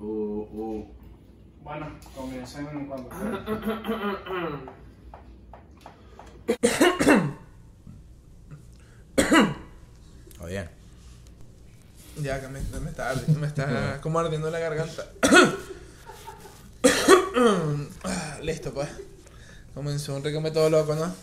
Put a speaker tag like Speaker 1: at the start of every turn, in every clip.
Speaker 1: o, o
Speaker 2: Bueno, comencemos
Speaker 1: Ah.
Speaker 2: cuando
Speaker 3: Oye. Ya, que me, me está, ardi- me está como ardiendo la garganta. Ah, Listo, pues. Comenzó un rico método loco, ¿no?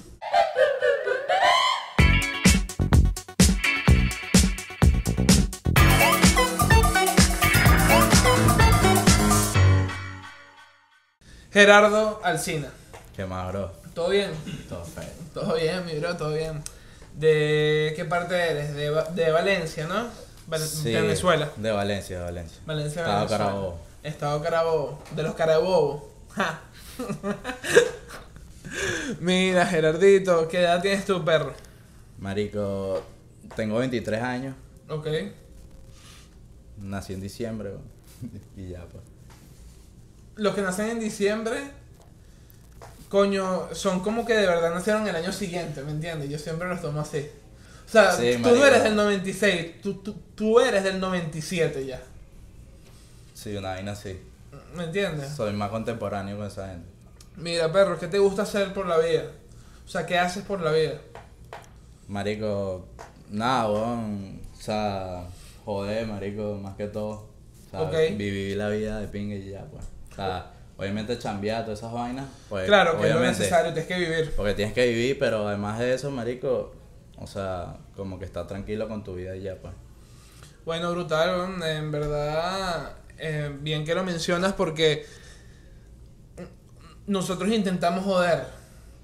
Speaker 3: Gerardo Alcina.
Speaker 1: ¿Qué más, bro?
Speaker 3: ¿Todo bien?
Speaker 1: Todo feo.
Speaker 3: Todo bien, mi bro, todo bien. ¿De qué parte eres? De, Va- de Valencia, ¿no? Val-
Speaker 1: Sí,
Speaker 3: De Venezuela.
Speaker 1: De Valencia, de Valencia.
Speaker 3: Valencia,
Speaker 1: Estado
Speaker 3: Venezuela.
Speaker 1: Carabobo.
Speaker 3: Estado Carabobo. De los Carabobos. Ja. Mira, Gerardito, ¿qué edad tienes tu perro?
Speaker 1: Marico, tengo 23 años.
Speaker 3: Ok.
Speaker 1: Nací en diciembre, bro. Y ya, pues.
Speaker 3: Los que nacen en diciembre, coño, son como que de verdad nacieron el año siguiente, ¿me entiendes? Yo siempre los tomo así. O sea,
Speaker 1: Sí,
Speaker 3: tú
Speaker 1: marico.
Speaker 3: no eres del 96, tú, tú, tú eres del 97 ya.
Speaker 1: Sí, una vaina así.
Speaker 3: ¿Me entiendes?
Speaker 1: Soy más contemporáneo con esa gente.
Speaker 3: Mira, perro, ¿qué te gusta hacer por la vida? O sea, ¿qué haces por la vida?
Speaker 1: Marico, nada, weón. O sea, joder, marico, más que todo. O sea,
Speaker 3: Ok.
Speaker 1: viví la vida de pingue y ya, pues. O sea, obviamente chambear todas esas vainas. Pues,
Speaker 3: claro, que es lo
Speaker 1: obviamente,
Speaker 3: necesario, tienes que vivir.
Speaker 1: Porque tienes que vivir, pero además de eso, marico, o sea, como que está tranquilo con tu vida y ya, pues.
Speaker 3: Bueno, brutal, weón, en verdad, eh, bien que lo mencionas porque nosotros intentamos joder,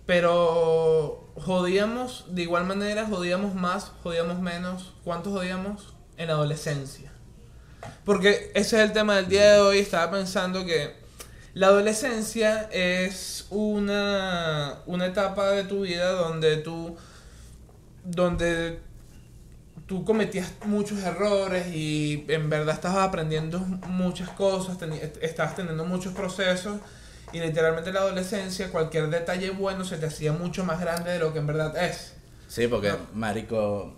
Speaker 3: pero jodíamos, de igual manera, jodíamos más, jodíamos menos. ¿Cuánto jodíamos? En la adolescencia. Porque ese es el tema del día de hoy. Estaba pensando que la adolescencia es una, una etapa de tu vida donde tú, donde tú cometías muchos errores y en verdad estabas aprendiendo muchas cosas, teni- estabas teniendo muchos procesos y literalmente en la adolescencia cualquier detalle bueno se te hacía mucho más grande de lo que en verdad es.
Speaker 1: Sí, porque,
Speaker 3: No.
Speaker 1: marico,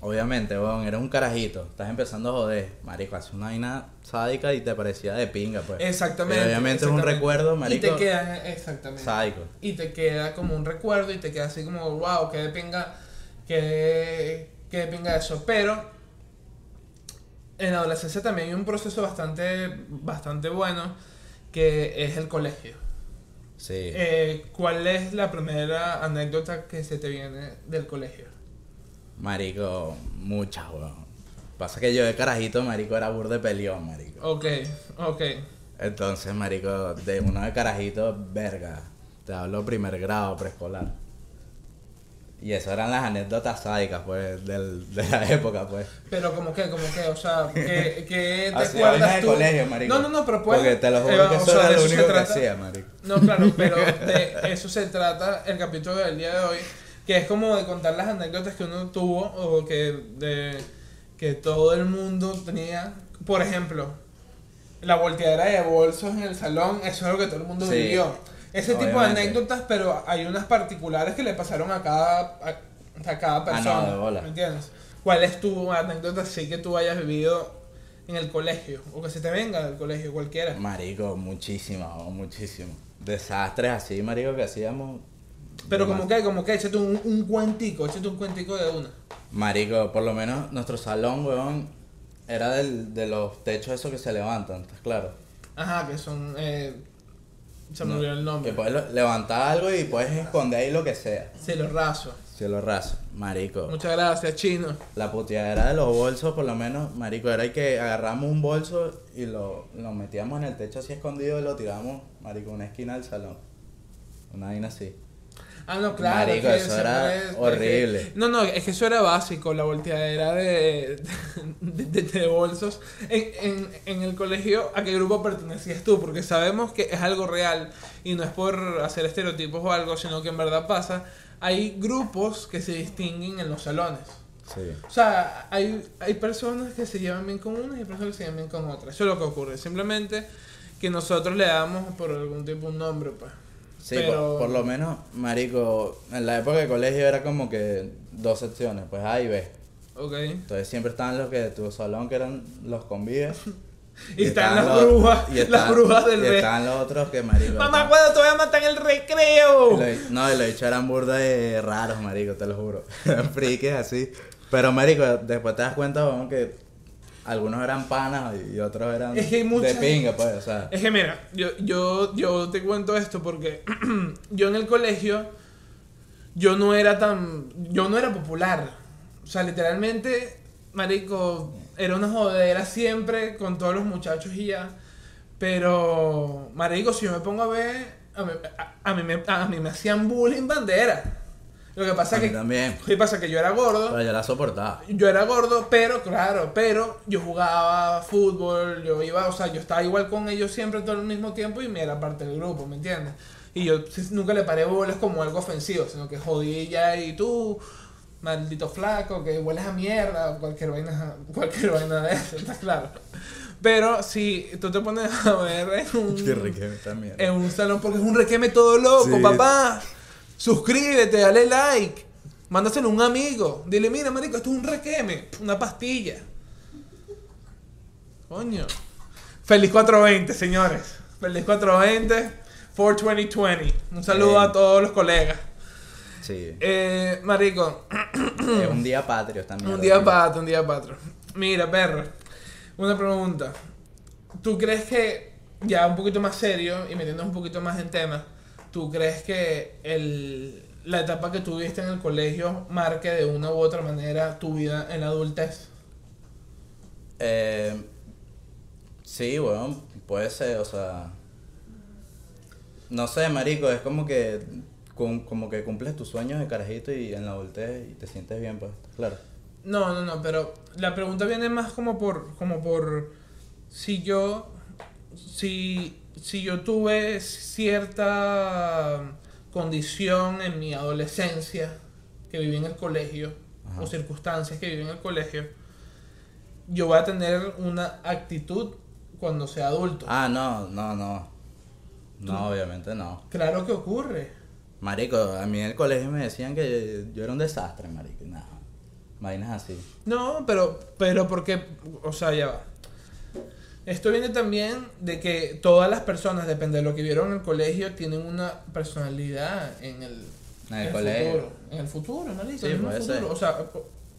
Speaker 1: obviamente, weón, eres un carajito, estás empezando a joder, marico, haces una vaina sádica y te parecía de pinga, pues.
Speaker 3: Exactamente.
Speaker 1: Y obviamente es
Speaker 3: exactamente.
Speaker 1: un recuerdo, marico,
Speaker 3: Y te queda, exactamente.
Speaker 1: sádico.
Speaker 3: y te queda como un recuerdo y te queda así como, wow, qué de pinga, qué, qué de pinga eso. Pero en la adolescencia también hay un proceso bastante, bastante bueno que es el colegio.
Speaker 1: Sí.
Speaker 3: Eh, ¿Cuál es la primera anécdota que se te viene del colegio?
Speaker 1: Marico, muchas, weón. Pasa que yo de carajito, marico, era burde peleón, marico.
Speaker 3: Ok, ok.
Speaker 1: Entonces, marico, de uno de carajito, verga. Te hablo primer grado, preescolar. Y eso eran las anécdotas sádicas, pues, del- de la época, pues.
Speaker 3: Pero como que, como que, o sea, que, que te
Speaker 1: Así,
Speaker 3: acuerdas
Speaker 1: vainas de
Speaker 3: tú?
Speaker 1: colegio, marico.
Speaker 3: No, no, no, pero puedes.
Speaker 1: Porque te lo juro
Speaker 3: Eva,
Speaker 1: que
Speaker 3: o
Speaker 1: eso
Speaker 3: sea,
Speaker 1: era
Speaker 3: de
Speaker 1: lo
Speaker 3: se
Speaker 1: único que
Speaker 3: trata.
Speaker 1: hacía, marico.
Speaker 3: No, claro, pero de eso se trata el capítulo del día de hoy, que es como de contar las anécdotas que uno tuvo o que, de, que todo el mundo tenía. Por ejemplo, la volteadera de bolsos en el salón, eso es lo que todo el mundo
Speaker 1: Sí,
Speaker 3: vivió. Ese tipo de
Speaker 1: obviamente.
Speaker 3: anécdotas, pero hay unas particulares que le pasaron a cada, a, a cada
Speaker 1: Ah, no,
Speaker 3: persona.
Speaker 1: de bola.
Speaker 3: ¿Me entiendes? ¿Cuál es tu anécdota sí que tú hayas vivido en el colegio? O que se te venga del colegio, cualquiera.
Speaker 1: Marico, muchísimo, weón, muchísimo. Desastres así, marico, que hacíamos.
Speaker 3: Pero como
Speaker 1: Demás.
Speaker 3: que, como que, échate un, un cuentico, échate un cuentico de una.
Speaker 1: Marico, por lo menos nuestro salón, weón, era del, de los techos esos que se levantan, ¿estás claro?
Speaker 3: Ajá, que son, eh, se me
Speaker 1: No,
Speaker 3: olvidó el nombre.
Speaker 1: Que puedes lo- levantar algo y puedes esconder ahí lo que sea.
Speaker 3: Cielo raso.
Speaker 1: Cielo raso, marico.
Speaker 3: Muchas gracias, chino.
Speaker 1: La puteadera de los bolsos, por lo menos, marico, era que agarramos un bolso y lo, lo metíamos en el techo así escondido y lo tiramos, marico, una esquina del salón. Una vaina así.
Speaker 3: Ah, no, claro.
Speaker 1: Marico,
Speaker 3: que
Speaker 1: eso
Speaker 3: se
Speaker 1: era
Speaker 3: parece,
Speaker 1: horrible.
Speaker 3: es que- no, no, es que eso era básico, la volteadera de, de, de- de bolsos. En, en, en el colegio, ¿a qué grupo pertenecías tú? Porque sabemos que es algo real y no es por hacer estereotipos o algo, sino que en verdad pasa. Hay grupos que se distinguen en los salones.
Speaker 1: Sí.
Speaker 3: O sea, hay, hay personas que se llevan bien con unas y personas que se llevan bien con otras. Eso es lo que ocurre. Simplemente que nosotros le damos por algún tipo un nombre, pues.
Speaker 1: Sí,
Speaker 3: Pero-
Speaker 1: por, por lo menos, marico, en la época de colegio era como que dos secciones, pues A y B.
Speaker 3: Ok.
Speaker 1: Entonces siempre estaban los que de tu salón, que eran los convives,
Speaker 3: Y, están, las
Speaker 1: los-
Speaker 3: brujas,
Speaker 1: y
Speaker 3: las
Speaker 1: están-
Speaker 3: brujas del
Speaker 1: Y
Speaker 3: rey.
Speaker 1: están los otros que, marico.
Speaker 3: Mamá,
Speaker 1: están-
Speaker 3: cuando te voy a matar en el recreo.
Speaker 1: Y lo- No, y los bichos eran burda de raros, marico, te lo juro. Friques así. Pero, marico, después te das cuenta, weón, que algunos eran panas y otros eran
Speaker 3: Es que hay mucha-
Speaker 1: de pinga, pues, o sea.
Speaker 3: Es que mira, yo, yo, yo te cuento esto porque yo en el colegio, yo no era tan. Yo no era popular. O sea, literalmente, Marico, era una jodera siempre con todos los muchachos y ya. Pero, Marico, si yo me pongo a ver, a mí, a, a mí, me, a mí me hacían bullying bandera. Lo que pasa
Speaker 1: a mí
Speaker 3: que.
Speaker 1: también.
Speaker 3: lo que pasa que yo era gordo.
Speaker 1: Pero yo la soportaba.
Speaker 3: Yo era gordo, pero claro, pero yo jugaba fútbol, yo iba, o sea, yo estaba igual con ellos siempre todo al mismo tiempo y me era parte del grupo, ¿me entiendes? Y yo s- nunca le paré bolas como algo ofensivo, sino que jodí ya y tú, maldito flaco, que hueles a mierda, o cualquier vaina, cualquier vaina de eso, está claro. Pero si tú te pones a ver en un,
Speaker 1: Qué rique también.
Speaker 3: en un salón, porque Mm. es un requeme todo loco,
Speaker 1: Sí.
Speaker 3: papá. Suscríbete, dale like. Mándaselo a un amigo. Dile, mira, marico, esto es un requeme. Una pastilla. Coño. Feliz 420, señores. Feliz 420. 42020. Un saludo
Speaker 1: Ey.
Speaker 3: a todos los colegas.
Speaker 1: Sí.
Speaker 3: Eh, marico,
Speaker 1: Es un día patrio también.
Speaker 3: un día patro, un día patro. Mira, perro, una pregunta. ¿Tú crees que, ya un poquito más serio y metiéndonos un poquito más en tema, ¿tú crees que el, la etapa que tuviste en el colegio marque de una u otra manera tu vida en la adultez?
Speaker 1: Eh, sí, weón, puede ser, o sea. No sé, marico, es como que. cum- como que cumples tus sueños de carajito y en la adultez y te sientes bien, pues, claro.
Speaker 3: No, no, no, pero la pregunta viene más como por, como por si yo, si, si yo tuve cierta condición en mi adolescencia que viví en el colegio
Speaker 1: Ajá.
Speaker 3: o circunstancias que viví en el colegio, yo voy a tener una actitud cuando sea adulto.
Speaker 1: Ah, no, no, no. No, obviamente no.
Speaker 3: Claro que ocurre.
Speaker 1: Marico, a mí en el colegio me decían que yo era un desastre, marico. y Nada. Vainas así.
Speaker 3: No, pero, pero porque, o sea, ya va. Esto viene también de que todas las personas, depende de lo que vieron en el colegio, tienen una personalidad en el,
Speaker 1: En el colegio.
Speaker 3: futuro. En el futuro, marico,
Speaker 1: Sí,
Speaker 3: en el
Speaker 1: puede
Speaker 3: futuro.
Speaker 1: ser.
Speaker 3: O sea,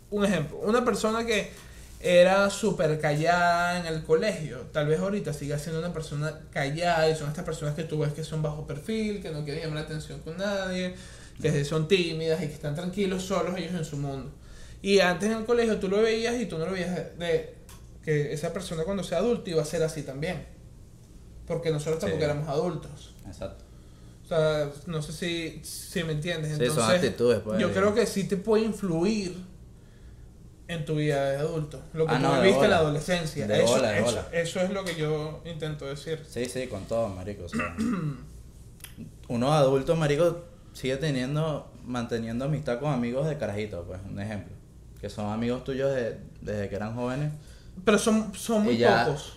Speaker 3: un ejemplo, una persona que era súper callada en el colegio, tal vez ahorita siga siendo una persona callada y son estas personas que tú ves que son bajo perfil, que no quieren llamar la atención con nadie,
Speaker 1: Mm.
Speaker 3: que son tímidas y que están tranquilos solos ellos en su mundo. Y antes en el colegio tú lo veías y tú no lo veías de que esa persona cuando sea adulto iba a ser así también. Porque nosotros tampoco
Speaker 1: Sí.
Speaker 3: éramos adultos.
Speaker 1: Exacto.
Speaker 3: O sea, no sé si, si me entiendes.
Speaker 1: Sí, son
Speaker 3: Entonces,
Speaker 1: actitudes, pues.
Speaker 3: Yo creo que sí te puede influir en tu vida de adulto. Lo que
Speaker 1: Ah,
Speaker 3: tú
Speaker 1: no, de
Speaker 3: viviste en la
Speaker 1: bola.
Speaker 3: adolescencia.
Speaker 1: De
Speaker 3: eso,
Speaker 1: bola, de
Speaker 3: eso-
Speaker 1: bola.
Speaker 3: eso es lo que yo intento decir.
Speaker 1: Sí, sí, con todo, marico. o sea, uno adulto, marico, sigue teniendo, manteniendo amistad con amigos de carajito, pues, un ejemplo. Que son amigos tuyos de- desde que eran jóvenes.
Speaker 3: Pero son, son muy
Speaker 1: Y ya-
Speaker 3: pocos.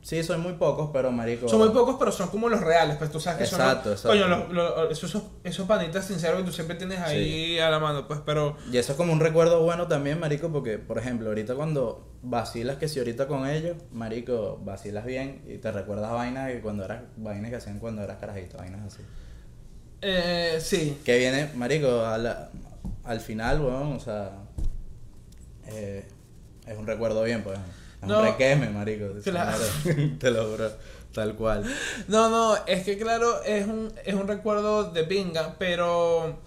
Speaker 1: Sí, son muy pocos, pero marico.
Speaker 3: Son muy pocos, pero son como los reales. Pues tú sabes que son.
Speaker 1: Exacto, exacto.
Speaker 3: Coño, los- los- esos, esos- esos panitas sinceros que tú siempre tienes ahí a la mano. Pues, pero.
Speaker 1: Y eso es como un recuerdo bueno también, marico, porque, por ejemplo, ahorita cuando vacilas que si ahorita con ellos, marico, vacilas bien y te recuerdas vainas que cuando eras, vainas que hacían cuando eras carajito, vainas así.
Speaker 3: Eh, sí.
Speaker 1: Que viene, marico, a la- al final, weón, o sea, eh, es un recuerdo bien, pues. Es
Speaker 3: No.
Speaker 1: un requeme, marico.
Speaker 3: Claro.
Speaker 1: Te lo juro, tal cual.
Speaker 3: No, no, es que claro, es un, es un recuerdo de pinga, pero.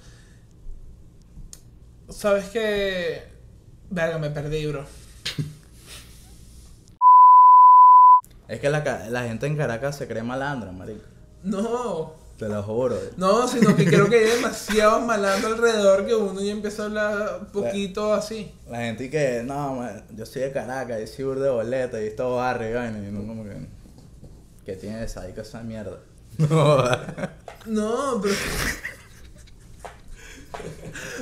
Speaker 3: ¿Sabes qué? Verga, me perdí, bro.
Speaker 1: Es que la, ca- la gente en Caracas se cree malandra, marico.
Speaker 3: No,
Speaker 1: Te lo juro.
Speaker 3: no, sino que creo que hay demasiados malandros alrededor que uno ya empieza a hablar poquito así.
Speaker 1: La gente que, no, ma- yo soy de Caracas, yo soy burda de boleta, y esto barrio, y vaina", y uno como que, ¿qué tienes ahí con esa mierda? No,
Speaker 3: No, pero.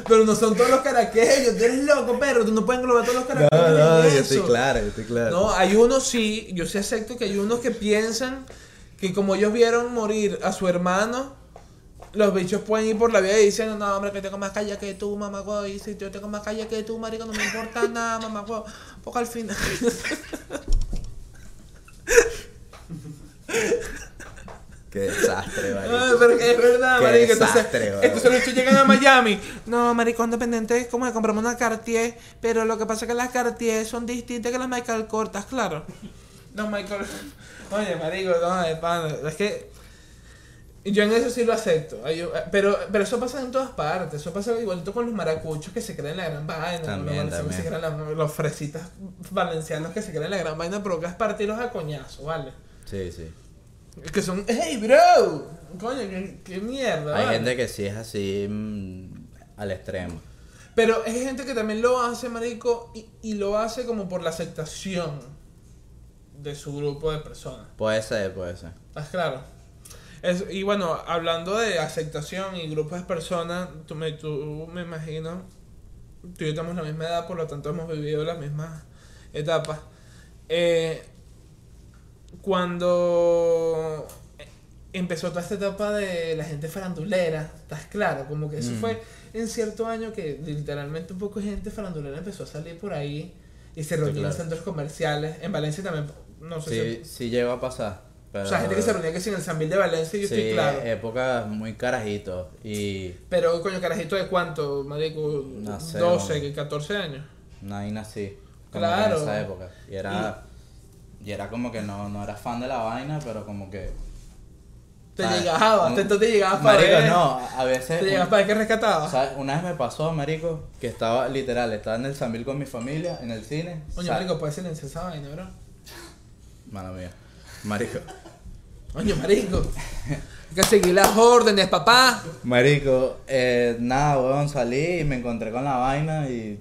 Speaker 3: Pero no son todos los caraqueños, tú eres loco, perro, tú no puedes englobar todos los
Speaker 1: no,
Speaker 3: caraqueños.
Speaker 1: no,
Speaker 3: en
Speaker 1: yo
Speaker 3: eso.
Speaker 1: estoy claro, yo estoy claro.
Speaker 3: No, hay unos sí, yo sí acepto que hay unos que piensan que como ellos vieron morir a su hermano, los bichos pueden ir por la vida y dicen, no, hombre, que tengo más calle que tú, mamá, güey. Y si yo tengo más calle que tú, marico, no me importa nada, mamá, güey. Porque al final...
Speaker 1: desastre,
Speaker 3: Ay,
Speaker 1: marico.
Speaker 3: Ah, pero que es verdad,
Speaker 1: Qué
Speaker 3: marico. Entonces,
Speaker 1: desastre, weón.
Speaker 3: entonces los chicos llegan a Miami. No, marico, independiente, como que compramos una Cartier. Pero lo que pasa es que las Cartier son distintas que las Michael Cortas, claro. No, Michael. Oye, marico, no, de pana. Es que. Yo en eso sí lo acepto. Ay, yo- Pero, pero eso pasa en todas partes. Eso pasa igualito con los maracuchos que se creen la gran vaina. con los
Speaker 1: También,
Speaker 3: valencianos que se
Speaker 1: también.
Speaker 3: creen la- los fresitas valencianos que se creen la gran vaina, pero que es partirlos a coñazo, ¿vale?
Speaker 1: Sí, sí.
Speaker 3: Es que son, hey bro, coño, qué, qué mierda.
Speaker 1: Hay
Speaker 3: vale.
Speaker 1: gente que sí es así mm, al extremo.
Speaker 3: Pero es gente que también lo hace, marico, y, y lo hace como por la aceptación de su grupo de personas.
Speaker 1: Puede ser, puede ser.
Speaker 3: ¿Estás claro? Es- y bueno, hablando de aceptación y grupos de personas, tú me, tú me imagino, tú y yo tenemos la misma edad, por lo tanto hemos vivido las mismas etapas. Eh, cuando empezó toda esta etapa de la gente farandulera, ¿estás claro? Como que eso
Speaker 1: Mm.
Speaker 3: fue en cierto año que literalmente un poco de gente farandulera empezó a salir por ahí y se reunía en
Speaker 1: claro.
Speaker 3: centros comerciales. En Valencia también, no sé si
Speaker 1: Sí, sí llegó a pasar. Pero,
Speaker 3: o sea, gente que se reunía que sin el Sambil de Valencia, yo estoy
Speaker 1: Sí, eh.
Speaker 3: claro.
Speaker 1: épocas muy carajitos. Y
Speaker 3: Pero, coño, carajito de cuánto, marico,
Speaker 1: No sé,
Speaker 3: 12,
Speaker 1: hombre.
Speaker 3: 14 años.
Speaker 1: nadie nací.
Speaker 3: Claro.
Speaker 1: En esa época. Y era, y era como que no, no era fan de la vaina, pero como que.
Speaker 3: Te
Speaker 1: ¿sabes?
Speaker 3: llegabas,
Speaker 1: Un-
Speaker 3: te, tú te llegabas para
Speaker 1: Mm. Marico,
Speaker 3: ver.
Speaker 1: no, a veces.
Speaker 3: Te llegabas
Speaker 1: un-
Speaker 3: para ver que rescatabas.
Speaker 1: ¿sabes? Una vez me pasó, marico, que estaba literal, estaba en el Sambil con mi familia, en el cine.
Speaker 3: Coño,
Speaker 1: sal-
Speaker 3: marico, puedes silenciar esa vaina, bro.
Speaker 1: Mala mía. Marico.
Speaker 3: Coño, marico. Hay que seguir las órdenes, papá.
Speaker 1: Marico, eh, nada, weón, salí y me encontré con la vaina y,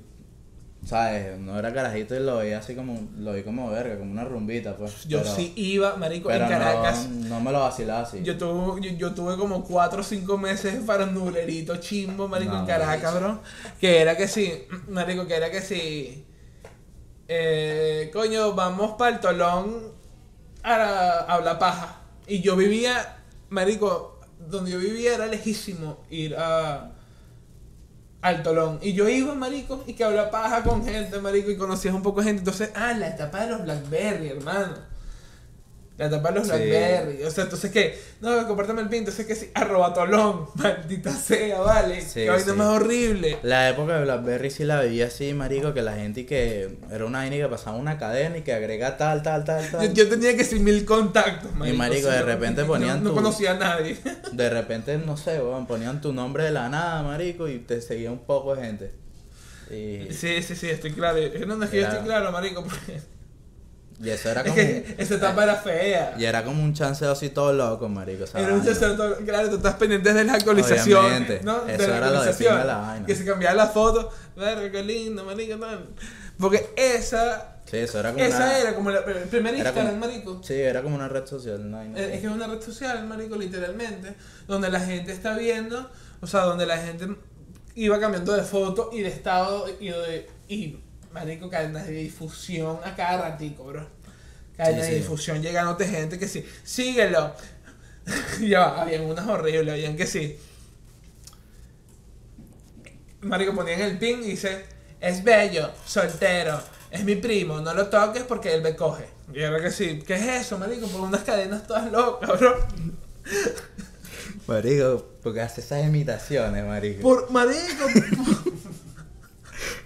Speaker 1: ¿sabes? No era carajito y lo veía así como, lo vi como verga, como una rumbita, pues.
Speaker 3: Yo
Speaker 1: pero-
Speaker 3: sí iba, marico,
Speaker 1: pero
Speaker 3: en Caracas.
Speaker 1: No, no me lo vacilaba así.
Speaker 3: Yo, tuve, yo, yo tuve como 4 o 5 meses farandulerito chimbo, marico,
Speaker 1: No,
Speaker 3: en Caracas, bro. Que era que sí, marico, que era que sí. Eh, coño, vamos para el Tolón a, a la paja. Y yo vivía, marico, donde yo vivía era lejísimo ir a... Al tolón. Y yo iba, marico, y que habla paja con gente, marico, y conocías un poco de gente. Entonces, ah, la etapa de los Blackberry, hermano. La etapa de los
Speaker 1: Sí.
Speaker 3: Blackberry. O sea, entonces que, no, compártame el pin, entonces que sí, arroba tolón, maldita sea, vale.
Speaker 1: Sí,
Speaker 3: que vaina
Speaker 1: sí.
Speaker 3: más horrible.
Speaker 1: La época de Blackberry sí la vivía así, marico, que la gente y que era una vaina y que pasaba una cadena y que agrega tal, tal, tal,
Speaker 3: Yo,
Speaker 1: tal.
Speaker 3: yo tenía que decir mil contactos, marico.
Speaker 1: marico,
Speaker 3: o sea,
Speaker 1: de repente
Speaker 3: no-
Speaker 1: ponían
Speaker 3: No,
Speaker 1: tu-
Speaker 3: conocía a nadie.
Speaker 1: De repente, no sé, weón, ponían tu nombre de la nada, marico, y te seguía un poco de gente. Y,
Speaker 3: Sí, sí, sí, estoy claro. No, no es que yo estoy
Speaker 1: Claro.
Speaker 3: claro, marico, porque...
Speaker 1: y eso era
Speaker 3: Es
Speaker 1: como...
Speaker 3: que esa etapa era fea.
Speaker 1: Y era como un chanceo así todo loco, marico. esa
Speaker 3: Era un
Speaker 1: vaina.
Speaker 3: sacerdote, claro, tú estás pendiente de las actualizaciones,
Speaker 1: Obviamente.
Speaker 3: ¿no? De
Speaker 1: Eso
Speaker 3: las
Speaker 1: era lo de
Speaker 3: actualizaciones,
Speaker 1: pinga la vaina.
Speaker 3: Que se cambiaba la foto, verga, qué lindo, marico, tal. Porque esa,
Speaker 1: Sí, eso era como
Speaker 3: esa
Speaker 1: una...
Speaker 3: era como la, el primer
Speaker 1: Era
Speaker 3: Instagram,
Speaker 1: como-
Speaker 3: marico.
Speaker 1: Sí, era como una red social. No, hay nada.
Speaker 3: Eh, Es que es una red social, marico, literalmente, donde la gente está viendo, o sea, donde la gente iba cambiando de foto y de estado y de... Y, marico, cadenas de difusión a cada ratico, bro. Cadenas
Speaker 1: Sí,
Speaker 3: de
Speaker 1: sí.
Speaker 3: difusión, llegándote gente que sí, síguelo. ya va, habían unas horribles, habían que sí. Marico, ponían el pin y dice, es bello, soltero, es mi primo, no lo toques porque él me coge. Y ahora que sí, ¿qué es eso, marico? Por unas cadenas todas locas, bro.
Speaker 1: Marico, porque hace esas imitaciones, marico.
Speaker 3: Por, marico,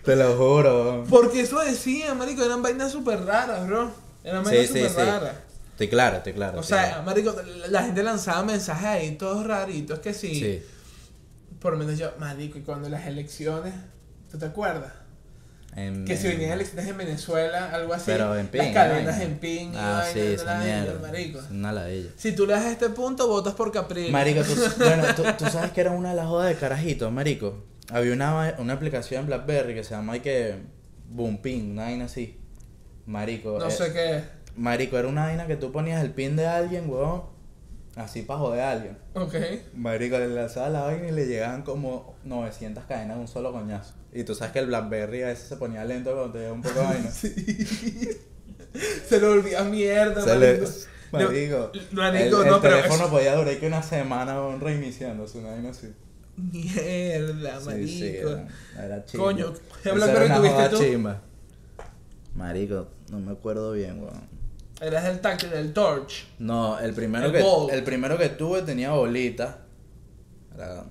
Speaker 1: Te lo juro.
Speaker 3: porque eso decía, marico, eran vainas súper raras, bro. Eran
Speaker 1: Sí,
Speaker 3: vainas
Speaker 1: sí,
Speaker 3: súper
Speaker 1: sí.
Speaker 3: raras.
Speaker 1: Estoy claro, estoy claro.
Speaker 3: O
Speaker 1: estoy
Speaker 3: sea,
Speaker 1: claro.
Speaker 3: marico, la- la gente lanzaba mensajes ahí todos raritos que sí.
Speaker 1: Sí.
Speaker 3: Por lo menos yo, marico, y cuando las elecciones, ¿tú te acuerdas?
Speaker 1: En-
Speaker 3: Que si
Speaker 1: en-
Speaker 3: venían elecciones en Venezuela, algo así.
Speaker 1: Mm. Pero en pin.
Speaker 3: Las cadenas
Speaker 1: vaina.
Speaker 3: en pin. y
Speaker 1: Ah,
Speaker 3: vaina,
Speaker 1: sí, esa
Speaker 3: vaina,
Speaker 1: mierda.
Speaker 3: marico.
Speaker 1: Es Una ladilla.
Speaker 3: Si tú le das este punto, votas por Capri.
Speaker 1: Marico, tú, bueno, tú, tú sabes que era una de las jodas de carajitos, marico. Había una, va- una aplicación en BlackBerry que se llama, hay que... Boom Pin, una vaina así. Marico.
Speaker 3: No
Speaker 1: eh,
Speaker 3: sé qué.
Speaker 1: Marico, era una vaina que tú ponías el pin de alguien, weón. Así para joder a alguien.
Speaker 3: Ok.
Speaker 1: Marico, le lanzaba la vaina y le llegaban como 900 cadenas de un solo coñazo. Y tú sabes que el Blackberry a veces se ponía lento cuando te llegaba un poco de vaina.
Speaker 3: Se lo olvida mierda,
Speaker 1: Se le-
Speaker 3: marico.
Speaker 1: Marico,
Speaker 3: No, marico,
Speaker 1: el, el
Speaker 3: no, pero
Speaker 1: teléfono
Speaker 3: eso-
Speaker 1: podía durar que una semana weón, reiniciándose, una vaina así.
Speaker 3: Mierda, marico.
Speaker 1: Sí, sí, era, era chimba.
Speaker 3: Coño, ¿qué
Speaker 1: Esa
Speaker 3: BlackBerry
Speaker 1: era una
Speaker 3: tuviste
Speaker 1: joda
Speaker 3: tú?
Speaker 1: chimba. Marico, no me acuerdo bien, weón.
Speaker 3: Eras el táctil, el torch.
Speaker 1: No, el primero,
Speaker 3: El
Speaker 1: que,
Speaker 3: Gold.
Speaker 1: el primero que tuve tenía bolita. Era-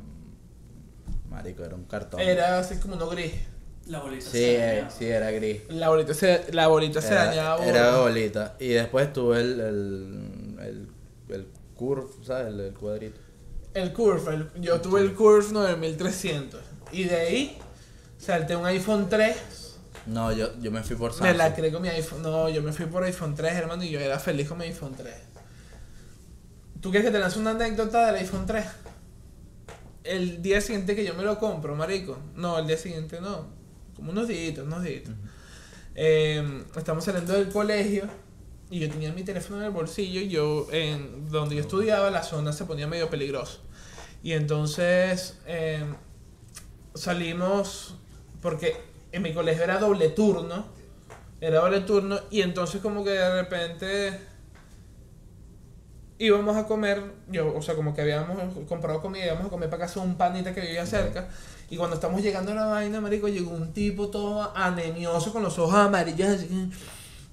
Speaker 1: Marico, era un cartón.
Speaker 3: Era así como uno gris.
Speaker 4: La bolita.
Speaker 1: Sí,
Speaker 4: se
Speaker 1: eh,
Speaker 4: dañaba.
Speaker 1: sí, era gris.
Speaker 3: La bolita se, la bolita se
Speaker 1: era,
Speaker 3: dañaba. burda.
Speaker 1: era bolita. Y después tuve el, el, el, el curve, ¿sabes? El, el cuadrito.
Speaker 3: El Curve. el- yo tuve el Curve 9300. Y de ahí salté un iPhone 3.
Speaker 1: No, yo, yo me fui por
Speaker 3: Me
Speaker 1: Samsung.
Speaker 3: la creé con mi iPhone. No, yo me fui por iPhone 3, hermano, y yo era feliz con mi iPhone 3. ¿Tú quieres que te lance una anécdota del iPhone 3? El día siguiente que yo me lo compro, marico. No, el día siguiente no. Como unos días, unos días. Em, estamos saliendo del colegio y yo tenía mi teléfono en el bolsillo y yo, en donde yo estudiaba, la zona se ponía medio peligrosa. Y entonces eh, salimos porque en mi colegio era doble turno. Era doble turno y entonces como que de repente íbamos a comer, yo, o sea, como que habíamos comprado comida, íbamos a comer para casa de un panita que vivía cerca. Y cuando estamos llegando a la vaina, marico, llegó un tipo todo anemioso con los ojos amarillos, así que,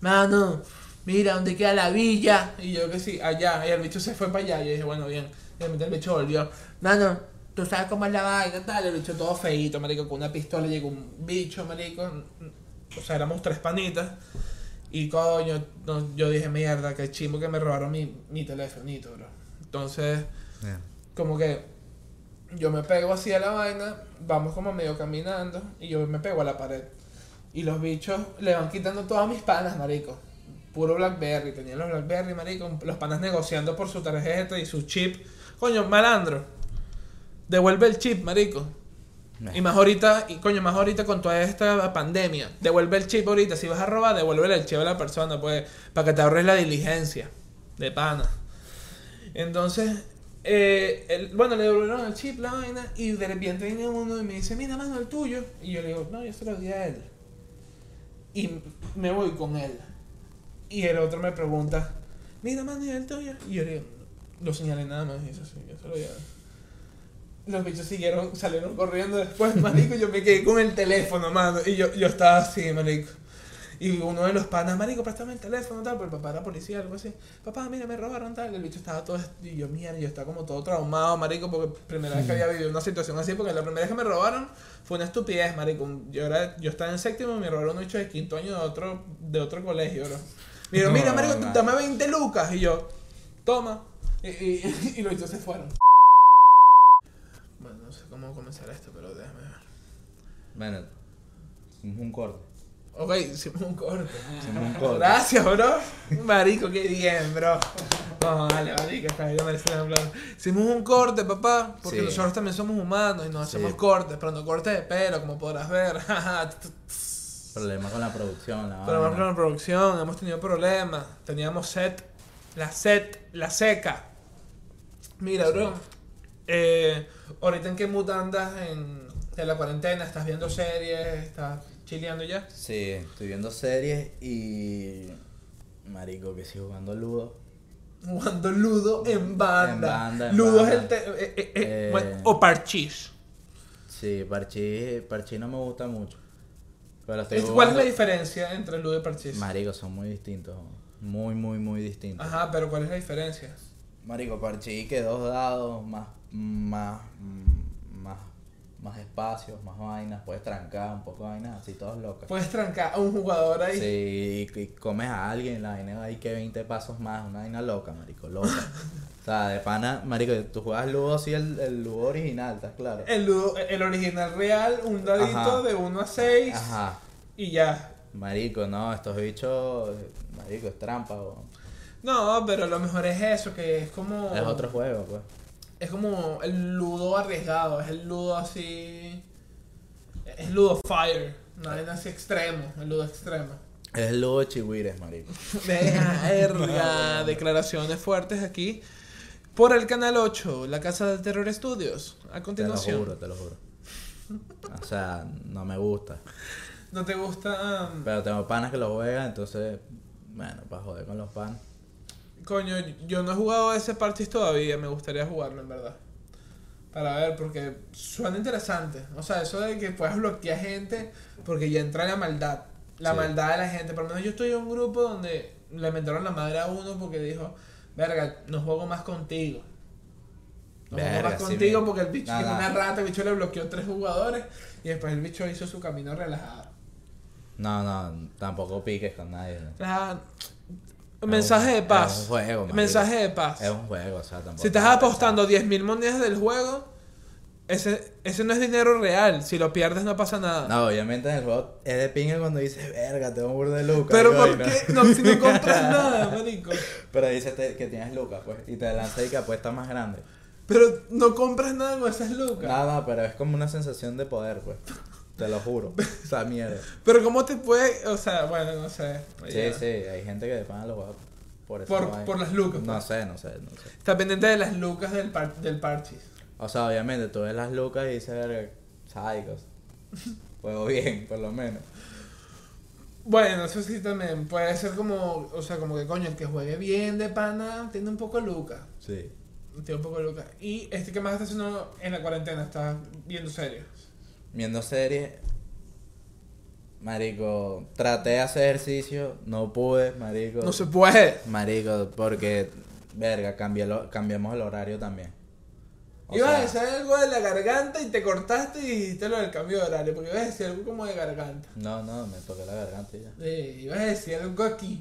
Speaker 3: mano, mira, ¿dónde queda la villa? Y yo que sí, allá. Y el bicho se fue para allá. Y yo dije, bueno, bien. Y de repente el bicho volvió, mano, tú sabes cómo es la vaina, tal. El bicho todo feíto, marico, con una pistola. Llegó un bicho, marico. O sea, éramos tres panitas. Y coño, no, yo dije, mierda, qué chimbo que me robaron mi, mi telefonito, bro. Entonces,
Speaker 1: Yeah.
Speaker 3: como que yo me pego así a la vaina, vamos como medio caminando y yo me pego a la pared. Y los bichos le van quitando todas mis panas, marico. Puro Blackberry, tenían los Blackberry, marico. Los panas negociando por su tarjeta y su chip. Coño, malandro. Devuelve el chip, marico.
Speaker 1: Nah.
Speaker 3: Y más ahorita, y coño, más ahorita con toda esta pandemia. Devuelve el chip ahorita. Si vas a robar, devuelve el chip a la persona, pues, para que te ahorres la diligencia. De pana. Entonces, eh, el- bueno, le devolvieron el chip, la vaina, y de repente viene uno y me dice, mira, mano, el tuyo. Y yo le digo, no, yo se lo di a él. Y me voy con él. Y el otro me pregunta, mira, mano, ¿y el tuyo? Y yo le digo, lo señalé nada más, y eso sí, yo se lo di a él. Los bichos siguieron, salieron corriendo después, marico, y yo me quedé con el teléfono, mano, y yo, yo estaba así, marico. Y uno de los panas, marico, préstame el teléfono, tal, pero el papá era policía, algo así. Papá, mira, me robaron, tal. El bicho estaba todo, y yo, mierda, yo estaba como todo traumado, marico, porque primera vez que había vivido una situación así, porque la primera vez que me robaron fue una estupidez, marico. Yo, era, yo estaba en séptimo y me robaron un bicho de quinto año de otro, de otro colegio, bro. Mira,
Speaker 1: No,
Speaker 3: mira, marico,
Speaker 1: no.
Speaker 3: dame 20 lucas. Y yo, toma. Y, y, y los bichos se fueron. Bueno, no sé cómo comenzar esto, pero déjame ver.
Speaker 1: Bueno, hicimos un corte.
Speaker 3: Ok, hicimos un corte.
Speaker 1: Hicimos un corte.
Speaker 3: Gracias, bro. Marico, qué bien, bro. No, vale, marico, esta vida merece un aplauso. Hicimos un corte, papá, porque
Speaker 1: Sí.
Speaker 3: nosotros también somos humanos y nos
Speaker 1: Sí.
Speaker 3: hacemos cortes, pero no cortes de pelo, como podrás ver. pero
Speaker 1: Problemas con la producción, la
Speaker 3: más con
Speaker 1: vaina.
Speaker 3: la producción, hemos tenido problemas. Teníamos set, la set, la seca. Mira, bro. eh, ahorita en qué mutandas en, en la cuarentena, estás viendo series, estás chileando ya.
Speaker 1: Sí, estoy viendo series y. Marico, que sigo jugando Ludo.
Speaker 3: Jugando Ludo en banda.
Speaker 1: En banda, en
Speaker 3: Ludo
Speaker 1: banda.
Speaker 3: es el. te- eh, eh, eh,
Speaker 1: Eh.
Speaker 3: bueno, o parchís.
Speaker 1: Sí, Parchi, Parchi no me gusta mucho. Pero estoy
Speaker 3: Es- ¿Cuál es la
Speaker 1: jugando-
Speaker 3: diferencia Ah. entre Ludo y parchís?
Speaker 1: Marico, son muy distintos. Muy, muy, muy distintos.
Speaker 3: Ajá, pero ¿cuál es la diferencia?
Speaker 1: Marico, parchí que dos dados, más, más, más, más espacios, más vainas, puedes trancar un poco de vainas, así todas locas.
Speaker 3: Puedes trancar a un jugador ahí.
Speaker 1: Sí, y, y comes a alguien, la vaina hay que 20 pasos más, una vaina loca, marico, loca. o sea, de pana, marico, tú juegas Ludo así el, el Ludo original, ¿estás claro?
Speaker 3: El, Ludo- el original real, un dadito
Speaker 1: Ajá.
Speaker 3: de 1 a 6
Speaker 1: Ajá.
Speaker 3: y ya.
Speaker 1: Marico, no, estos bichos, marico, es trampa, weón.
Speaker 3: No, pero lo mejor es eso, que es como.
Speaker 1: Es otro juego, pues.
Speaker 3: Es como el Ludo arriesgado, es el Ludo así. Es Ludo Fire. No es así extremo, el Ludo extremo.
Speaker 1: Es el Ludo de Chihuires, marico.
Speaker 3: Verga, declaraciones fuertes aquí. Por el canal 8, la Casa del Terror Studios. A
Speaker 1: Te lo
Speaker 3: continuación.
Speaker 1: juro, te lo juro. O sea, no me gusta.
Speaker 3: ¿No te gusta? um,
Speaker 1: Pero tengo panas que lo juegan, entonces, bueno, para joder con los panas.
Speaker 3: Coño, yo no he jugado ese parches todavía. Me gustaría jugarlo, en verdad. Para ver, porque suena interesante. O sea, eso de que puedas bloquear gente, porque ya entra la maldad. La
Speaker 1: Sí.
Speaker 3: maldad de la gente. Por lo menos yo estoy en un grupo donde le mentaron la madre a uno porque dijo, verga, no juego más contigo. No juego
Speaker 1: Verga,
Speaker 3: más
Speaker 1: sí,
Speaker 3: contigo
Speaker 1: mira.
Speaker 3: porque el bicho
Speaker 1: No,
Speaker 3: es
Speaker 1: no.
Speaker 3: una rata, el bicho le bloqueó tres jugadores y después el bicho hizo su camino relajado.
Speaker 1: No, no, tampoco piques con nadie. ¿no?
Speaker 3: Ah, mensaje de paz.
Speaker 1: Es un juego, marico.
Speaker 3: mensaje de paz.
Speaker 1: Es un juego, o sea, tampoco.
Speaker 3: Si estás apostando 10.000 monedas del juego, ese, ese no es dinero real. Si lo pierdes no pasa nada.
Speaker 1: No, obviamente en el juego es de pinga cuando dices, verga, tengo un burro de lucas.
Speaker 3: Pero
Speaker 1: digo,
Speaker 3: ¿por
Speaker 1: "Ay, no".
Speaker 3: qué? No, si no compras nada, marico.
Speaker 1: Pero dices te- que tienes lucas, pues, y te lanzas y que apuestas más grande.
Speaker 3: Pero no compras nada con esas lucas.
Speaker 1: Nada, pero es como una sensación de poder, pues. Te lo juro. O sea, mierda.
Speaker 3: Pero ¿cómo te puede...? O sea, bueno, no sé.
Speaker 1: Sí,
Speaker 3: Ya.
Speaker 1: sí, hay gente que paga los juegos por eso.
Speaker 3: Por- por las lucas,
Speaker 1: No
Speaker 3: pues.
Speaker 1: sé, no sé, no sé.
Speaker 3: Está pendiente de las lucas del, par del parchís.
Speaker 1: O sea, obviamente tú ves las lucas y dices, verga, sádicos. Juego bien, por lo menos.
Speaker 3: Bueno, eso sí también. Puede ser como... O sea, como que coño, el que juegue bien de pana tiene un poco lucas.
Speaker 1: Sí.
Speaker 3: Tiene un poco lucas. Y este que más está haciendo en la cuarentena, está viendo series.
Speaker 1: Viendo series. Marico, traté de hacer ejercicio, no pude, marico.
Speaker 3: No se puede.
Speaker 1: Marico, porque, verga, cambié lo- cambiamos el horario también. O
Speaker 3: ibas
Speaker 1: sea,
Speaker 3: a decir algo de la garganta y te cortaste y dijiste lo del cambio de horario, porque ibas a decir algo como de garganta.
Speaker 1: No, no, me toqué la garganta y ya.
Speaker 3: Eh, ibas a decir algo aquí.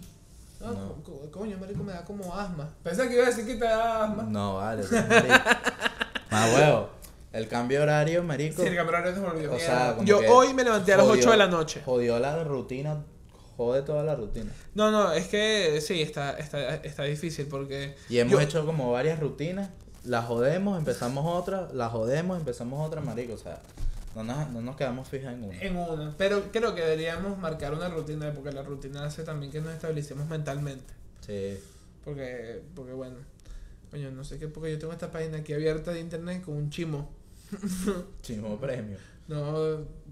Speaker 3: No,
Speaker 1: No.
Speaker 3: co- coño, marico, me da como asma. Pensaba que ibas a decir que te da asma.
Speaker 1: No, vale, tú eres marico. Más huevo. El cambio de horario, marico.
Speaker 3: Sí, el cambio de horario se volvió
Speaker 1: o
Speaker 3: mierda.
Speaker 1: sea, como
Speaker 3: Yo
Speaker 1: que
Speaker 3: hoy me levanté a las
Speaker 1: jodió-
Speaker 3: 8 de la noche.
Speaker 1: Jodió la rutina, jode toda la rutina.
Speaker 3: No, no, es que sí, está, está, está difícil porque...
Speaker 1: Y hemos
Speaker 3: yo-
Speaker 1: hecho como varias rutinas, la jodemos, empezamos otra, la jodemos, empezamos otra, marico, o sea, no nos, no nos quedamos fijas en una.
Speaker 3: En una. Pero creo que deberíamos marcar una rutina, porque la rutina hace también que nos establecemos mentalmente.
Speaker 1: Sí.
Speaker 3: Porque, porque bueno, coño, no sé qué, porque yo tengo esta página aquí abierta de internet con un chimo.
Speaker 1: Chimo premio.
Speaker 3: No,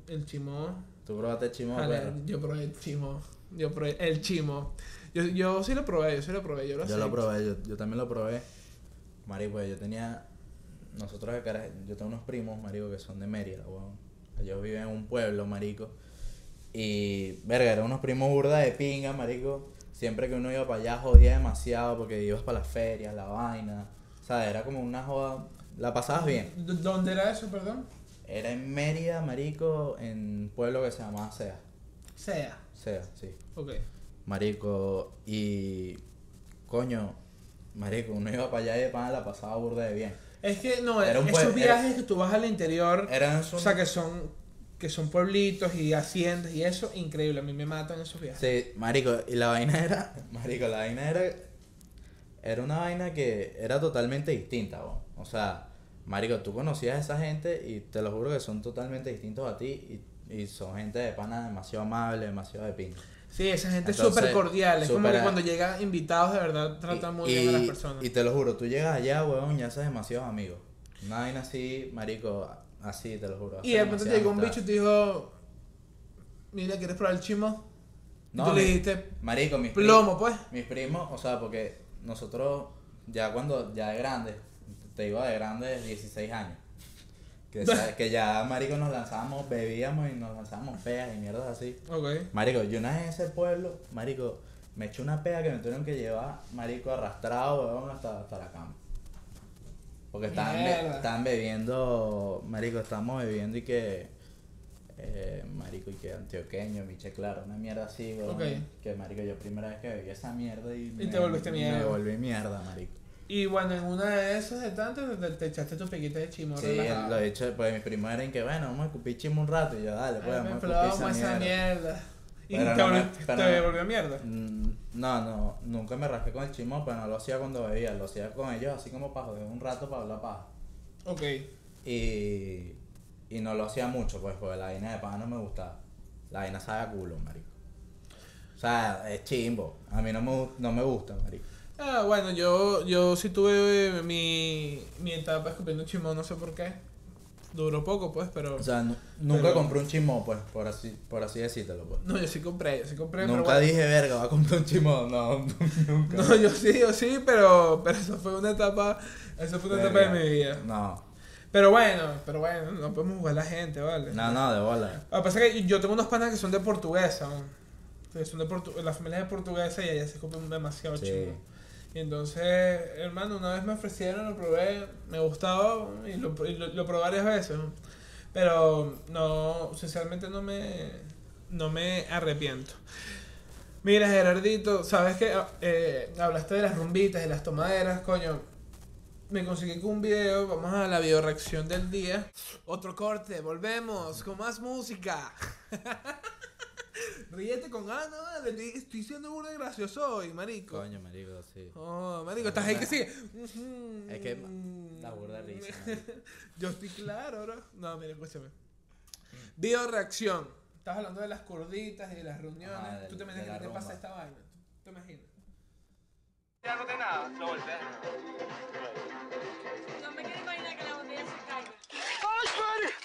Speaker 3: el chimo.
Speaker 1: Tú probaste chimo
Speaker 3: Ale,
Speaker 1: premio.
Speaker 3: yo probé el chimo. Yo probé el chimo. Yo, yo sí lo probé, yo sí lo probé, yo lo
Speaker 1: Yo lo
Speaker 3: acepto.
Speaker 1: probé, yo, yo también lo probé. Marico, pues, yo tenía. Nosotros de Caracas, yo tengo unos primos, marico, que son de Mérida, weón. Ellos viven en un pueblo, marico. Y, verga, eran unos primos burda de pinga, marico. Siempre que uno iba para allá jodía demasiado porque ibas para las ferias, la vaina. O sea, era como una joda. La pasabas bien.
Speaker 3: D- ¿Dónde era eso, perdón?
Speaker 1: Era en Mérida, marico, en un pueblo que se llamaba Sea.
Speaker 3: Sea.
Speaker 1: Sea, sí.
Speaker 3: Ok.
Speaker 1: Marico, y. Coño, Marico, uno iba para allá y de pana la pasaba burda de bien.
Speaker 3: Es que no,
Speaker 1: Era un
Speaker 3: esos
Speaker 1: pue- era-
Speaker 3: viajes que tú vas al interior,
Speaker 1: Eran
Speaker 3: o
Speaker 1: sus.
Speaker 3: sea, que son, que son pueblitos y haciendas y eso, increíble. A mí me matan esos viajes.
Speaker 1: Sí, Marico, y la vaina era. Marico, la vaina era. Era una vaina que era totalmente distinta, weón. O sea, Marico, tú conocías a esa gente y te lo juro que son totalmente distintos a ti y, y son gente de pana demasiado amable, demasiado de pinta.
Speaker 3: Sí, esa gente es
Speaker 1: Entonces,
Speaker 3: súper cordial. Es como
Speaker 1: súper
Speaker 3: que
Speaker 1: a-
Speaker 3: cuando llegan invitados, de verdad, tratan muy
Speaker 1: Y-
Speaker 3: bien a las
Speaker 1: y-
Speaker 3: personas.
Speaker 1: Y te lo juro, tú llegas allá, weón, y haces demasiados amigos. Una vaina así, Marico, así, te lo juro.
Speaker 3: Y
Speaker 1: haces
Speaker 3: de repente te
Speaker 1: demasiadas
Speaker 3: llegó un
Speaker 1: amistades.
Speaker 3: bicho y te dijo, mira, ¿quieres probar el chimo? Y tú le
Speaker 1: mi-
Speaker 3: dijiste,
Speaker 1: marico, mis
Speaker 3: plomo, pues.
Speaker 1: primos, mis primos, o sea, porque nosotros ya cuando ya de grandes, te iba de grandes 16 años. Que, sa- que ya, marico, nos lanzábamos, bebíamos y nos lanzábamos feas y mierdas así.
Speaker 3: Ok.
Speaker 1: Marico, yo una vez en ese pueblo, marico, me eché una pega que me tuvieron que llevar, marico, arrastrado, weón, hasta, hasta la cama. Porque estaban, be-
Speaker 3: Mierda.
Speaker 1: estaban bebiendo, marico, estamos bebiendo y que, eh, marico, y que antioqueño, miche claro, una mierda así, weón.
Speaker 3: Ok.
Speaker 1: Que, marico, yo primera vez que bebí esa mierda y...
Speaker 3: Y te volviste mierda.
Speaker 1: Me volví mierda, marico.
Speaker 3: Y bueno, en una de esas de tantas, te, te echaste tu piquita de chimo.
Speaker 1: Sí,
Speaker 3: relajado.
Speaker 1: lo he hecho, pues mis primos eran que, bueno, vamos a escupir chimo un rato y yo, dale,
Speaker 3: Ay,
Speaker 1: pues,
Speaker 3: me
Speaker 1: vamos a
Speaker 3: plomo
Speaker 1: escupir
Speaker 3: esa mierda. Y
Speaker 1: Pero
Speaker 3: te,
Speaker 1: no me-
Speaker 3: volviste-
Speaker 1: pero
Speaker 3: te
Speaker 1: no.
Speaker 3: volvió mierda.
Speaker 1: Mm, No, no, nunca me rasqué con el chimón, pero no lo hacía cuando bebía, lo hacía con ellos así como para joder un rato para hablar paja.
Speaker 3: Ok.
Speaker 1: Y, y no lo hacía mucho, pues, porque la vaina de paja no me gustaba. La vaina sabe a culo, marico. O sea, es chimbo. A mí no me, gu- no me gusta, marico.
Speaker 3: Ah, bueno, yo, yo sí tuve eh, mi, mi etapa escupiendo chimo, no sé por qué. Duró poco, pues, pero...
Speaker 1: O sea, nu- nunca
Speaker 3: Pero-
Speaker 1: compré un chimón, pues, por así, por así decírtelo, pues.
Speaker 3: no, yo sí compré, yo sí compré,
Speaker 1: Nunca
Speaker 3: pero bueno.
Speaker 1: dije, verga, va a comprar un chimón. No, nunca.
Speaker 3: No, yo sí, yo sí, pero, pero eso fue una etapa, eso fue una
Speaker 1: Verga.
Speaker 3: etapa de mi vida.
Speaker 1: No,
Speaker 3: Pero bueno, pero bueno, no podemos jugar a la gente, ¿vale?
Speaker 1: no, no, de bola.
Speaker 3: Lo que pasa es que yo tengo unos panas que son de portuguesa, ¿no? que son de Portu- la familia es portuguesa y allá se copian demasiado
Speaker 1: Sí.
Speaker 3: chingo. Y entonces, hermano, una vez me ofrecieron, lo probé, me gustaba y lo, y lo- lo probé varias veces. ¿no? Pero no, sinceramente no me, no me arrepiento. Mira, Gerardito, sabes que hablaste de las rumbitas, de las tomaderas, coño. Me conseguí con un video, vamos a la bioreacción del día. Otro corte, volvemos con más música. Ríete con ganas, vale, estoy, estoy siendo burda de gracioso hoy, marico.
Speaker 1: Coño, marico, sí.
Speaker 3: Oh, marico, estás ahí que sigue. Ujú.
Speaker 1: Es que la burda risa. marico.
Speaker 3: Yo estoy claro, bro. No, mira, escúchame. Bio reacción. Estás hablando de las corditas y de las reuniones.
Speaker 1: Ah, del-
Speaker 3: Tú te
Speaker 1: de
Speaker 3: imaginas
Speaker 1: la
Speaker 3: que te
Speaker 1: rumba.
Speaker 3: pasa esta vaina. ¿Tú te imaginas?
Speaker 4: Ya no de nada, lo volteas.
Speaker 5: No me quiero imaginar que la botella se caiga.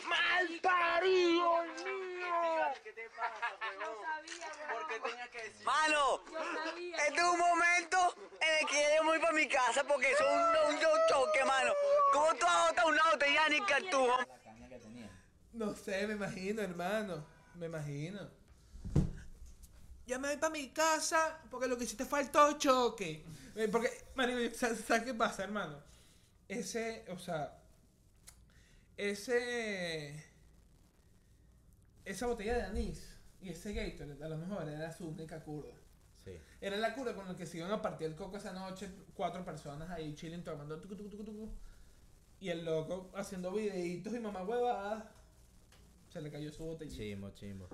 Speaker 4: ¡Mal parido, mío! ¿Qué te pasa,
Speaker 5: No sabía,
Speaker 4: ¿Por qué
Speaker 5: weón.
Speaker 4: tenía que decir?
Speaker 6: Mano,
Speaker 5: Yo sabía.
Speaker 6: este es un momento en el que yo me voy para mi casa porque eso es un, un, un choque, mano. ¿Cómo tú agotas una botella ni cartujo?
Speaker 1: La caña que tenía.
Speaker 3: No sé, me imagino, hermano. Me imagino. Ya me voy para mi casa porque lo que hiciste fue el todo choque. Eh, Porque, marico, ¿sa- ¿sabes qué pasa, hermano? Ese, o sea, ese, esa botella de anís y ese Gatorade a lo mejor era su única cura.
Speaker 1: Sí.
Speaker 3: Era la cura con la que se iban a partir el coco esa noche, cuatro personas ahí chilling tomando tucu, tucu, tucu, tucu. y el loco haciendo videitos y mamá huevadas. Se le cayó su botellita.
Speaker 1: Chimbo, chimbo.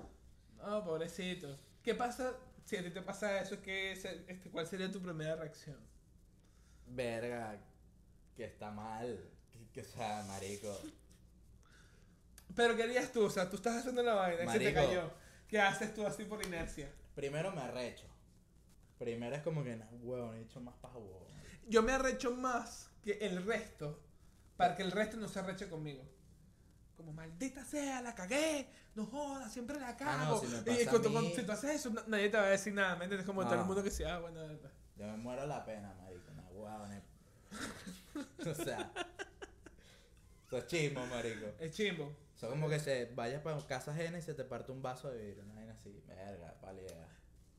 Speaker 3: Oh, pobrecito. ¿Qué pasa si a ti te pasa eso? ¿qué se- este, ¿Cuál sería tu primera reacción?
Speaker 1: Verga, que está mal. Que, que, o sea, marico.
Speaker 3: Pero ¿qué harías tú? O sea, tú estás haciendo la vaina y se te
Speaker 1: Marico.
Speaker 3: cayó. ¿Qué haces tú así por inercia?
Speaker 1: Primero me arrecho. Primero es como que, no, huevón, he hecho más paja, huevón.
Speaker 3: Yo me arrecho más que el resto para que el resto no se arreche conmigo. Como maldita sea, la cagué, no jodas, siempre la cago.
Speaker 1: Ah, no, si me
Speaker 3: y
Speaker 1: pasa
Speaker 3: cuando,
Speaker 1: a
Speaker 3: cuando-
Speaker 1: mí-
Speaker 3: si tú haces eso, na- nadie te va a decir nada, ¿me entiendes? Como todo
Speaker 1: No.
Speaker 3: el mundo que se ah, bueno, eh,
Speaker 1: Yo me muero la pena, marico. No, huevón. eh. o sea, eso es chismo, marico.
Speaker 3: es chimbo.
Speaker 1: Eso es como que se vayas para casa ajena y se te parte un vaso de vidrio. Una vaina así, verga, pálida.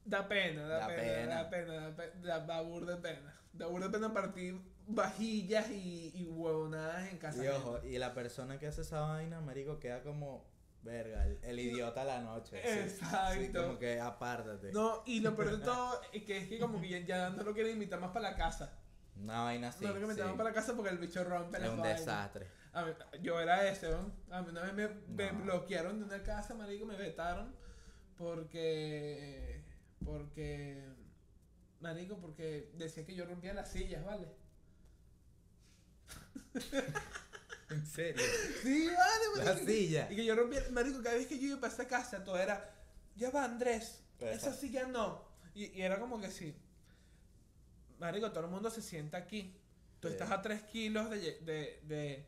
Speaker 3: Da pena, da,
Speaker 1: Da
Speaker 3: pena,
Speaker 1: pena.
Speaker 3: da pena, da pena, da, da burda pena. Da burda pena partir vajillas y, y huevonadas en casa.
Speaker 1: Y ojo,
Speaker 3: ajena.
Speaker 1: y la persona que hace esa vaina, marico, queda como, verga, el, el idiota a la noche. sí.
Speaker 3: Exacto.
Speaker 1: Sí, como que apártate.
Speaker 3: No, y lo peor de todo es que es que como que ya, ya no lo quieren invitar más para la casa.
Speaker 1: Una vaina así.
Speaker 3: no lo quieren invitar
Speaker 1: sí.
Speaker 3: más para la casa porque el bicho rompe
Speaker 1: Es
Speaker 3: las
Speaker 1: un
Speaker 3: vainas.
Speaker 1: desastre.
Speaker 3: A mí- yo era ese, ¿no? A mí una vez me, me
Speaker 1: No.
Speaker 3: bloquearon de una casa, marico, me vetaron porque... Porque... Marico, porque decía que yo rompía las sillas, ¿vale?
Speaker 1: ¿En serio?
Speaker 3: Sí, vale,
Speaker 1: La silla.
Speaker 3: Y que yo rompía... Marico, cada vez que yo iba para esa casa, todo era... Ya va, Andrés. Esa
Speaker 1: Exacto.
Speaker 3: silla no. Y, y era como que sí. Marico, todo el mundo se sienta aquí. Tú
Speaker 1: Sí.
Speaker 3: estás a tres kilos de, lle- de, de...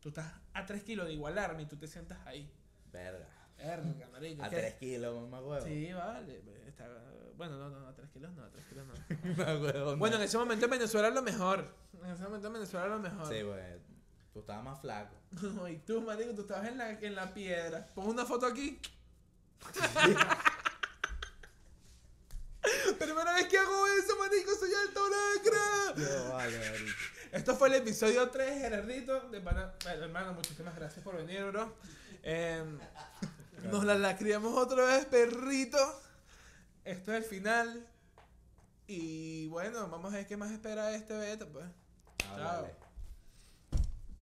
Speaker 3: Tú estás a tres kilos de igualarme y tú te sientas ahí.
Speaker 1: Verga.
Speaker 3: Verga, marico.
Speaker 1: A
Speaker 3: ¿qué?
Speaker 1: 3 kilos, mamá huevo.
Speaker 3: Sí, vale. está- Bueno, no, no, a 3 kilos no, a 3 kilos no.
Speaker 1: Mamá huevo.
Speaker 3: bueno, en ese momento en Venezuela era lo mejor. En ese momento en Venezuela era lo mejor.
Speaker 1: Sí, güey. Tú estabas más flaco.
Speaker 3: y tú, marico, tú estabas en la, en la piedra. Pon una foto aquí. Primera vez que hago eso, marico, soy alto lacra.
Speaker 1: Yo, vale, marico.
Speaker 3: Esto fue el episodio 3, Gerardito. De pana- Bueno, hermano, muchísimas gracias por venir, bro. Em, nos la lacriamos otra vez, perrito. Esto es el final. Y bueno, vamos a ver qué más espera este beta, pues.
Speaker 1: Ah,
Speaker 3: Chao.
Speaker 1: vale.